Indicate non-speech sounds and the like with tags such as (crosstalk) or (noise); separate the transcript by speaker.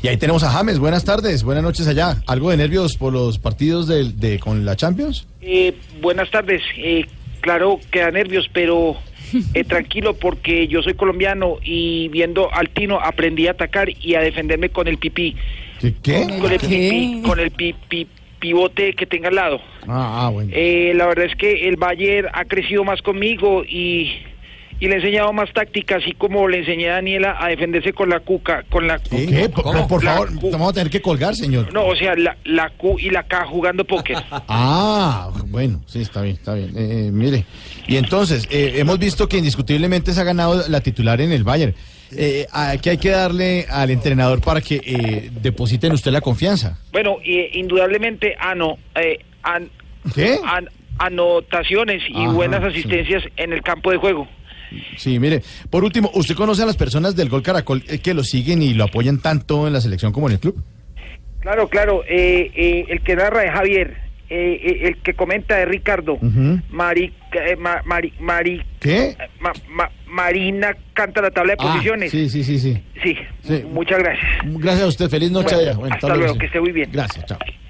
Speaker 1: Y ahí tenemos a James. Buenas tardes, buenas noches allá. ¿Algo de nervios por los partidos de, de- con la Champions?
Speaker 2: Eh, buenas tardes. Eh, claro, queda nervios, pero eh, tranquilo porque yo soy colombiano y viendo al Tino aprendí a atacar y a defenderme con el pipí.
Speaker 1: ¿Qué? qué?
Speaker 2: Con el pipí, con el pi- pi- pivote que tenga al lado.
Speaker 1: Ah, ah, bueno.
Speaker 2: Eh, la verdad es que el Bayer ha crecido más conmigo y, y le he enseñado más táctica, así como le enseñé a Daniela a defenderse con la cuca, con la
Speaker 1: ¿Qué? ¿Qué? Por, por- por
Speaker 2: La
Speaker 1: favor,
Speaker 2: cu-
Speaker 1: vamos a tener que colgar, señor.
Speaker 2: No, o sea, la, la Q y la K jugando póker.
Speaker 1: (laughs) Ah, bueno, sí, está bien, está bien. Eh, eh, mire, y entonces, eh, hemos visto que indiscutiblemente se ha ganado la titular en el Bayern. Eh, ¿a ¿Qué hay que darle al entrenador para que eh, deposite en usted la confianza?
Speaker 2: Bueno, eh, indudablemente, ah, no, eh, an-
Speaker 1: ¿Qué?
Speaker 2: an- anotaciones y
Speaker 1: Ajá,
Speaker 2: buenas
Speaker 1: sí.
Speaker 2: asistencias en el campo de juego.
Speaker 1: Sí, mire, por último, ¿usted conoce a las personas del Gol Caracol eh, que lo siguen y lo apoyan tanto en la selección como en el club?
Speaker 2: Claro, claro, eh, eh, el que narra es Javier, eh, eh, el que comenta es Ricardo,
Speaker 1: Ujú.
Speaker 2: Mari, eh, ma- Mari- Mari-
Speaker 1: ¿Qué?
Speaker 2: eh, ma- ma- Marina canta la tabla de
Speaker 1: Ah,
Speaker 2: posiciones.
Speaker 1: sí, sí, sí, sí.
Speaker 2: Sí,
Speaker 1: Sí.
Speaker 2: muchas gracias.
Speaker 1: Gracias a usted, feliz noche.
Speaker 2: Bueno,
Speaker 1: allá.
Speaker 2: hasta luego, que esté muy bien.
Speaker 1: Gracias, chao.